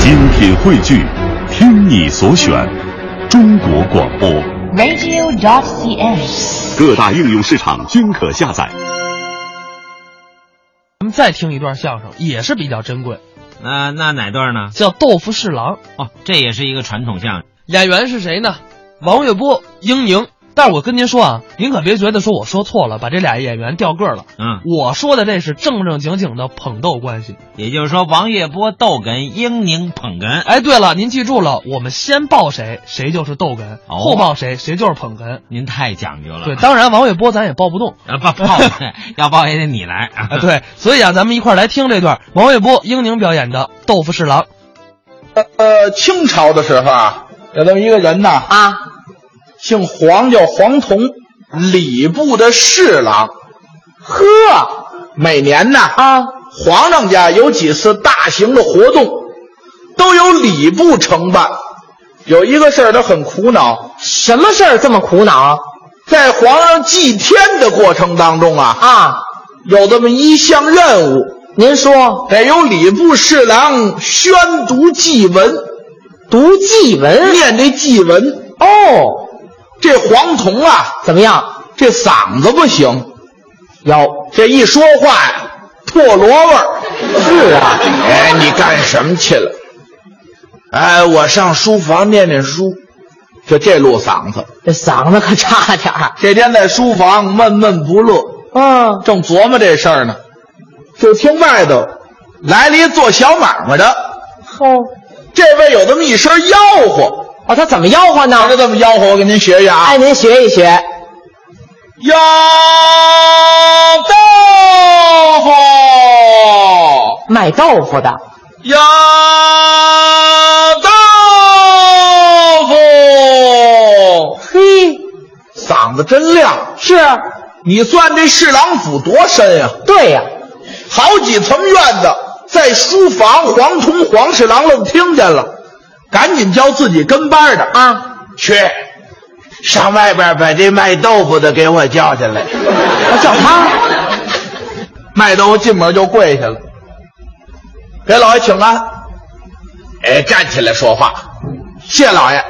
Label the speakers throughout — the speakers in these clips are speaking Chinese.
Speaker 1: 精品汇聚，听你所选，中国广播。
Speaker 2: radio.cn。
Speaker 1: 各大应用市场均可下载。
Speaker 3: 咱们再听一段相声，也是比较珍贵，
Speaker 4: 那那哪段呢？
Speaker 3: 叫《豆腐侍郎》。
Speaker 4: 哦，这也是一个传统相声。
Speaker 3: 演员是谁呢？王月波、英宁。但是我跟您说啊，您可别觉得说我说错了，把这俩演员调个儿了。
Speaker 4: 嗯，
Speaker 3: 我说的这是正正经经的捧逗关系。
Speaker 4: 也就是说，王月波逗哏，英宁捧哏。
Speaker 3: 哎，对了，您记住了，我们先报谁，谁就是逗哏；
Speaker 4: 哦嗯
Speaker 3: 后报谁，谁就是捧哏。
Speaker 4: 您太讲究了。
Speaker 3: 对，当然王月波咱也报不 动。
Speaker 4: 啊报报要报也得你来啊
Speaker 3: 啊，对，所以啊，咱们一块儿来听这段王月波、英宁表演的《豆腐侍郎》。
Speaker 5: 呃，清朝的时候啊，有这么一个人呐，啊，姓黄，叫黄同，礼部的侍郎。呵，每年呐，啊，皇上家有几次大型的活动，都由礼部承办。有一个事儿他很苦恼，
Speaker 6: 什么事儿这么苦恼
Speaker 5: 在皇上祭天的过程当中啊，
Speaker 6: 啊？
Speaker 5: 有这么一项任务，
Speaker 6: 您说
Speaker 5: 得由礼部侍郎宣读祭文，
Speaker 6: 读祭文
Speaker 5: 念这祭文。
Speaker 6: 哦，
Speaker 5: 这黄铜啊，
Speaker 6: 怎么样？
Speaker 5: 这嗓子不行，
Speaker 6: 有
Speaker 5: 这一说话呀，唾罗味儿。
Speaker 6: 是啊，
Speaker 5: 哎，你干什么去了？哎，我上书房念念书，就这路嗓子。
Speaker 6: 这嗓子可差点儿。
Speaker 5: 这天在书房闷闷不乐，
Speaker 6: 嗯，
Speaker 5: 正琢磨这事儿呢，就听外头来了一做小买卖的，
Speaker 6: 哦，
Speaker 5: 这位有这么一声吆喝，啊
Speaker 6: 哦，他怎么吆喝呢
Speaker 5: 他？就这么吆喝，我给您学学啊。
Speaker 6: 哎，您学一学。
Speaker 5: 要豆腐。
Speaker 6: 卖豆腐的
Speaker 5: 呀，豆腐，
Speaker 6: 嘿，
Speaker 5: 嗓子真亮。
Speaker 6: 是
Speaker 5: 你算这侍郎府多深呀、
Speaker 6: 对呀、
Speaker 5: 好几层院子，在书房，黄铜黄侍郎愣听见了，赶紧叫自己跟班的
Speaker 6: 啊，
Speaker 5: 去上外边把这卖豆腐的给我叫进来。
Speaker 6: 我叫他
Speaker 5: 卖豆腐进门就跪下了，给老爷请安。哎，站起来说话，谢老爷。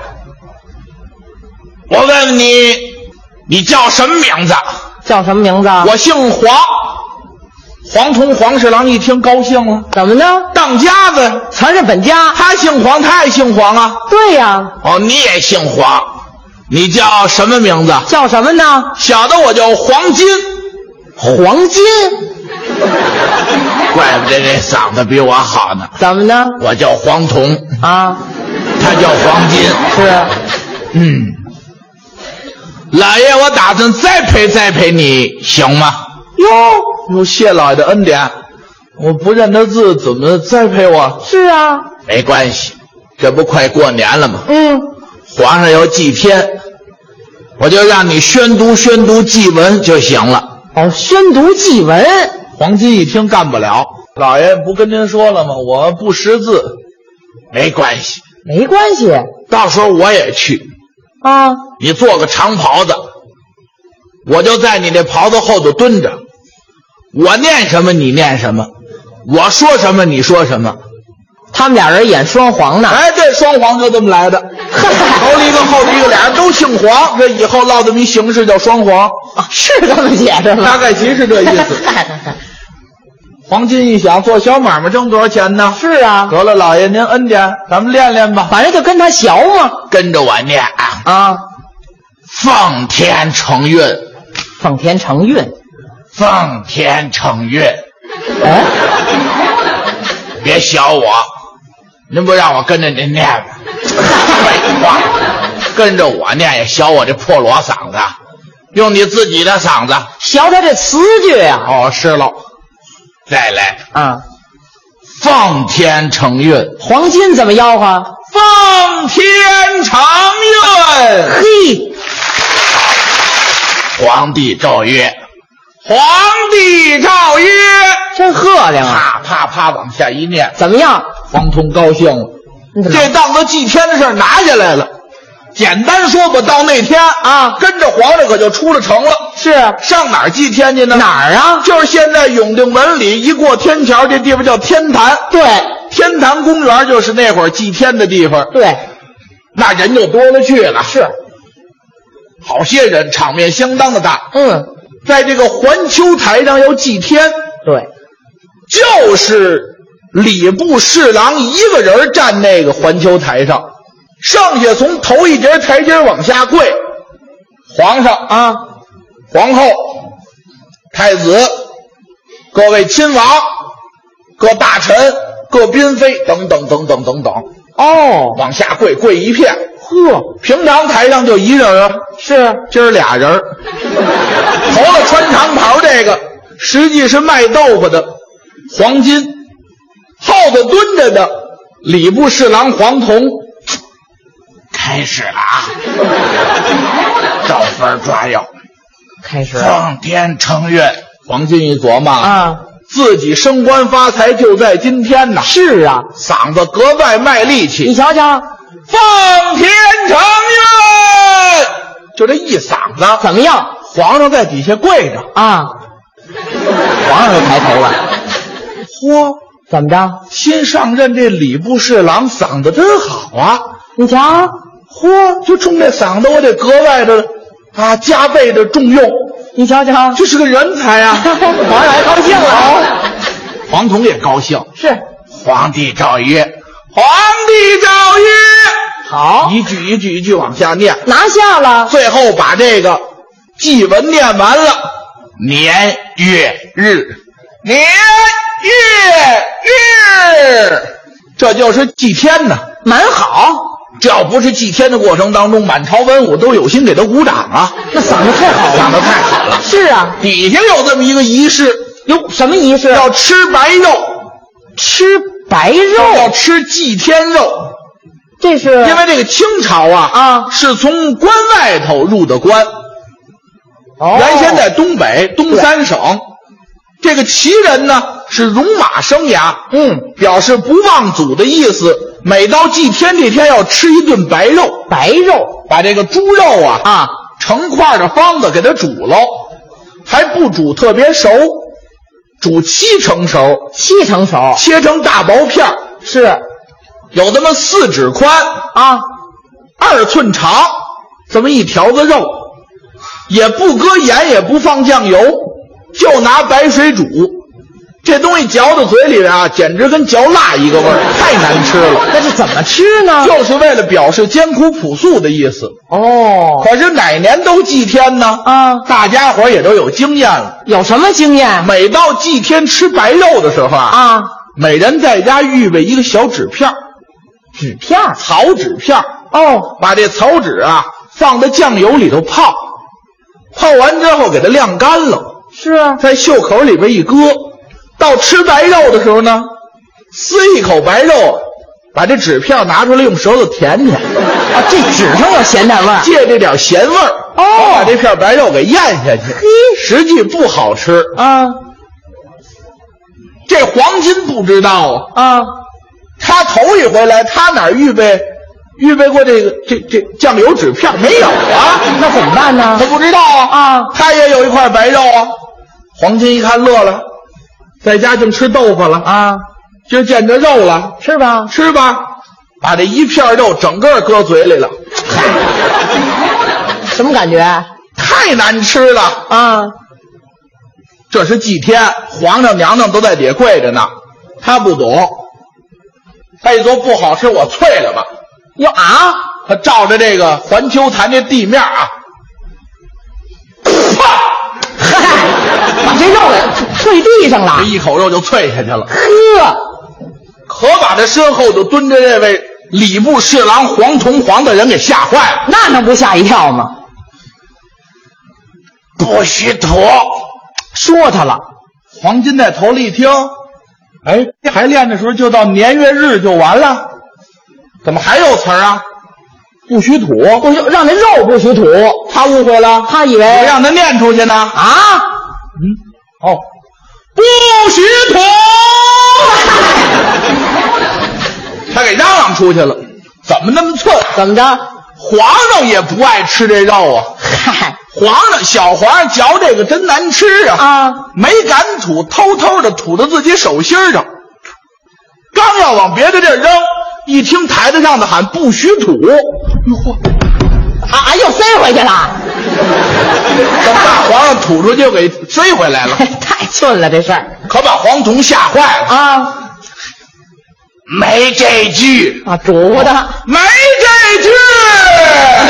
Speaker 5: 我问问你，你叫什么名字？
Speaker 6: 叫什么名字？
Speaker 5: 我姓黄。黄铜黄侍郎一听高兴了，
Speaker 6: 怎么呢？
Speaker 5: 当家的，
Speaker 6: 全是本家。
Speaker 5: 他姓黄，他也姓黄啊。
Speaker 6: 对呀、
Speaker 5: 哦，你也姓黄，你叫什么名字？
Speaker 6: 叫什么呢？
Speaker 5: 小的我叫黄金，
Speaker 6: 黄金。
Speaker 5: 怪不得这嗓子比我好呢。
Speaker 6: 怎么呢？
Speaker 5: 我叫黄铜，
Speaker 6: 啊，
Speaker 5: 他叫黄金。
Speaker 6: 是
Speaker 5: 嗯，老爷，我打算栽培栽培你，行吗？哟，哟，谢老爷的恩典，我不认得字，怎么栽培我？
Speaker 6: 是啊，
Speaker 5: 没关系，这不快过年了吗？
Speaker 6: 嗯，
Speaker 5: 皇上要祭天，我就让你宣读宣读祭文就行了。
Speaker 6: 哦，宣读祭文。
Speaker 5: 黄金一听干不了，老爷不跟您说了吗？我不识字，没关系，
Speaker 6: 没关系
Speaker 5: 到时候我也去。
Speaker 6: 啊，
Speaker 5: 你做个长袍子，我就在你那袍子后头蹲着，我念什么你念什么，我说什么你说什么。
Speaker 6: 他们俩人演双簧呢。
Speaker 5: 哎，这双簧就这么 来的，头里一个，后头一个，俩人都姓黄，这以后落这么一形式叫双簧，
Speaker 6: 啊是这么解释
Speaker 5: 大
Speaker 6: 吗？
Speaker 5: 概其是这意 思。 黄金一想，做小买卖挣多少钱呢？
Speaker 6: 是啊，
Speaker 5: 得了，老爷您恩典，咱们练练吧。
Speaker 6: 反正就跟他学嘛。
Speaker 5: 跟着我念啊，
Speaker 6: 啊，
Speaker 5: 奉天承运，
Speaker 6: 奉天承运。
Speaker 5: 奉天承运。
Speaker 6: 哎，
Speaker 5: 别小我，您不让我跟着您念吗？废话，跟着我念也小我这破锣嗓子，用你自己的嗓子。
Speaker 6: 学他这词句呀、
Speaker 5: 哦，是喽。再来，
Speaker 6: 啊。
Speaker 5: 奉天承运，
Speaker 6: 黄金怎么吆喝？
Speaker 5: 奉天承运。
Speaker 6: 嘿，
Speaker 5: 皇帝诏曰，皇帝诏曰，
Speaker 6: 真喝亮啊！
Speaker 5: 啪啪啪往下一念，嗯
Speaker 6: 怎么样？
Speaker 5: 黄通高兴了。
Speaker 6: 你怎么
Speaker 5: 这当做祭天的事儿拿下来了。简单说吧，到那天
Speaker 6: 啊
Speaker 5: 跟着皇上可就出了城了。
Speaker 6: 是
Speaker 5: 上哪儿祭天去呢？
Speaker 6: 哪儿啊？
Speaker 5: 就是现在永定门里一过天桥，这地方叫天坛。
Speaker 6: 对，
Speaker 5: 天坛公园就是那会儿祭天的地方，
Speaker 6: 对，
Speaker 5: 那人就多了去了，是，好些人，场面相当的大。
Speaker 6: 嗯，
Speaker 5: 在这个环球台上要祭天，
Speaker 6: 对，
Speaker 5: 就是礼部侍郎一个人站那个环球台上，剩下从头一节台阶往下跪，皇上啊，皇后、太子、各位亲王、各大臣、各嫔妃等等等等等等，
Speaker 6: 哦，
Speaker 5: 往下跪跪一片。
Speaker 6: 呵，
Speaker 5: 平常台上就一人儿，
Speaker 6: 是，
Speaker 5: 今儿俩人儿，头了穿长袍这个，实际是卖豆腐的，黄金；后头蹲着的礼部侍郎黄铜。开始了啊， 照分抓药，
Speaker 6: 开始了
Speaker 5: 奉天承运。黄金一琢磨，
Speaker 6: 啊，
Speaker 5: 自己升官发财就在今天呐，
Speaker 6: 是啊，
Speaker 5: 嗓子格外卖力
Speaker 6: 你
Speaker 5: 气。
Speaker 6: 瞧瞧，
Speaker 5: 奉天承运，就这一嗓子，
Speaker 6: 怎么样
Speaker 5: 皇上在底下跪着，
Speaker 6: 啊？
Speaker 5: 皇上就抬头了。嚯，
Speaker 6: 怎么着？
Speaker 5: 新上任这礼部侍郎嗓子真好啊！
Speaker 6: 你瞧，
Speaker 5: 嚯，就冲这嗓子，我得格外的啊，加倍的重用。
Speaker 6: 你瞧瞧，
Speaker 5: 这是个人才啊！
Speaker 6: 皇上还高兴了，
Speaker 5: 黄铜也高兴。
Speaker 6: 是
Speaker 5: 皇帝诏曰，皇帝诏曰，
Speaker 6: 好，
Speaker 5: 一句一句一句往下念，
Speaker 6: 拿下了，
Speaker 5: 最后把这个祭文念完了，年月日，年月日，这就是祭天呢。
Speaker 6: 蛮好，
Speaker 5: 这要不是祭天的过程当中，满朝文武都有心给他鼓掌啊，
Speaker 6: 那嗓子太好了，
Speaker 5: 想的太好了。
Speaker 6: 是啊，
Speaker 5: 底下有这么一个仪式，
Speaker 6: 有什么仪式？
Speaker 5: 要吃白肉，
Speaker 6: 吃白
Speaker 5: 要
Speaker 6: 肉，
Speaker 5: 吃祭天肉，
Speaker 6: 这是
Speaker 5: 因为这个清朝啊
Speaker 6: 啊
Speaker 5: 是从关外头入的关，
Speaker 6: 哦
Speaker 5: 原先在东北东三省，这个旗人呢是戎马生涯，
Speaker 6: 嗯
Speaker 5: 表示不忘祖的意思。每到祭天这天要吃一顿白肉，
Speaker 6: 白肉
Speaker 5: 把这个猪肉啊
Speaker 6: 啊，
Speaker 5: 成块的方子给它煮喽，还不煮特别熟，煮七成熟，
Speaker 6: 七成熟
Speaker 5: 切成大薄片儿
Speaker 6: 是
Speaker 5: 有那么四指宽，
Speaker 6: 啊，
Speaker 5: 二寸长，这么一条子肉，也不搁盐，也不放酱油，就拿白水煮。这东西嚼到嘴里边啊，简直跟嚼蜡一个味儿，太难吃了。
Speaker 6: 那是怎么吃呢？
Speaker 5: 就是为了表示艰苦朴素的意思。
Speaker 6: 哦，
Speaker 5: 可是哪年都祭天呢？
Speaker 6: 啊
Speaker 5: 大家伙儿也都有经验了。
Speaker 6: 有什么经验
Speaker 5: 每到祭天吃白肉的时候啊，
Speaker 6: 啊？
Speaker 5: 每人在家预备一个小纸片儿，
Speaker 6: 纸片儿
Speaker 5: 草纸片儿
Speaker 6: 哦，
Speaker 5: 把这草纸啊放在酱油里头泡，泡完之后给它晾干了，
Speaker 6: 是啊，
Speaker 5: 在袖口里边一搁。到吃白肉的时候呢，撕一口白肉，把这纸片拿出来，用舌头舔舔，
Speaker 6: 啊这纸上有咸淡味儿，
Speaker 5: 借这点咸味儿，
Speaker 6: 哦
Speaker 5: 把这片白肉给咽下去。实际不好吃。
Speaker 6: 啊
Speaker 5: 这黄金不知道啊，
Speaker 6: 啊，
Speaker 5: 他头一回来，他哪儿预备预备过这个这这酱油纸片没有啊？
Speaker 6: 那怎么办呢
Speaker 5: 他？不知道啊
Speaker 6: 啊
Speaker 5: 他也有一块白肉啊。黄金一看乐了，在家净吃豆腐了啊，
Speaker 6: 啊，
Speaker 5: 今儿见着肉了，
Speaker 6: 吃吧，
Speaker 5: 吃吧，把这一片肉整个搁嘴里了，
Speaker 6: 什么感觉
Speaker 5: 太难吃了。
Speaker 6: 啊？
Speaker 5: 这是祭天，皇上娘娘都在底下跪着呢，他不懂，他一说不好吃，我啐了吧。
Speaker 6: 哟啊，
Speaker 5: 他照着这个环球坛这地面啊，啪，
Speaker 6: 嗨，把这肉给碎地上了
Speaker 5: 这，一口肉就啐下去了。
Speaker 6: 呵，
Speaker 5: 可把他身后就蹲着这位礼部侍郎黄同黄的人给吓坏了。
Speaker 6: 那能不吓一跳吗？
Speaker 5: 不许妥！
Speaker 6: 说他了，
Speaker 5: 黄金在头里一听，哎，排练的时候就到年月日就完了，怎么还有词儿啊？不许妥！
Speaker 6: 不许让那肉不许吐，
Speaker 5: 他误会了，
Speaker 6: 他以
Speaker 5: 我
Speaker 6: 为
Speaker 5: 让他念出去呢。
Speaker 6: 啊，
Speaker 5: 哦，不许妥！ 他给嚷嚷出去了，怎么那么寸？
Speaker 6: 怎么着？
Speaker 5: 皇上也不爱吃这肉啊！
Speaker 6: 嗨
Speaker 5: 皇上小皇上嚼这个真难吃啊！
Speaker 6: 啊，
Speaker 5: 没敢吐，偷偷的吐到自己手心上。刚要往别的地儿扔，一听台子上的喊“不许吐”，哟嚯，
Speaker 6: 啊啊，又塞回去了。
Speaker 5: 把大皇上吐出去又给追回来 了，
Speaker 6: 太寸了这事儿
Speaker 5: 可把黄铜吓坏了。
Speaker 6: 啊
Speaker 5: 没这句，
Speaker 6: 啊，嘱的
Speaker 5: 没这句，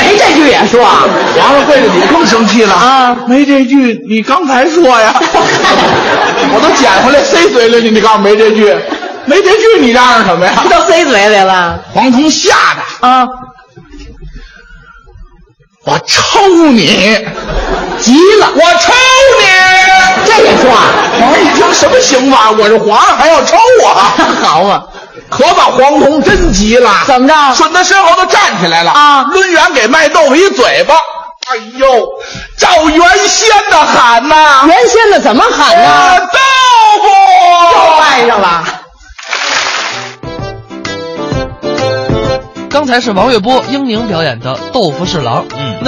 Speaker 6: 没这句也说啊，
Speaker 5: 皇上跪着你更生气了
Speaker 6: 啊！
Speaker 5: 没这句，你刚才说 呀，我都捡回来塞嘴里去，你告诉我没这句，没这句你嚷嚷什么呀？
Speaker 6: 都塞嘴里了
Speaker 5: 黄铜吓得
Speaker 6: 啊，
Speaker 5: 我抽你，急了，我抽你！
Speaker 6: 这也说啊，
Speaker 5: 皇上一听什么刑法？我是皇上还要抽我？
Speaker 6: 好嘛，
Speaker 5: 可把黄铜真急了，
Speaker 6: 怎么着
Speaker 5: 顺他身后都站起来了
Speaker 6: 啊
Speaker 5: 抡圆给麦豆腐一嘴巴。哎呦，照原先的喊呐、
Speaker 6: 啊原先的怎么喊
Speaker 5: 我
Speaker 6: 呢？
Speaker 5: 豆腐
Speaker 6: 啊又按上了，
Speaker 3: 刚才是王月波、英宁表演的《豆腐是狼》，
Speaker 4: 嗯
Speaker 3: 那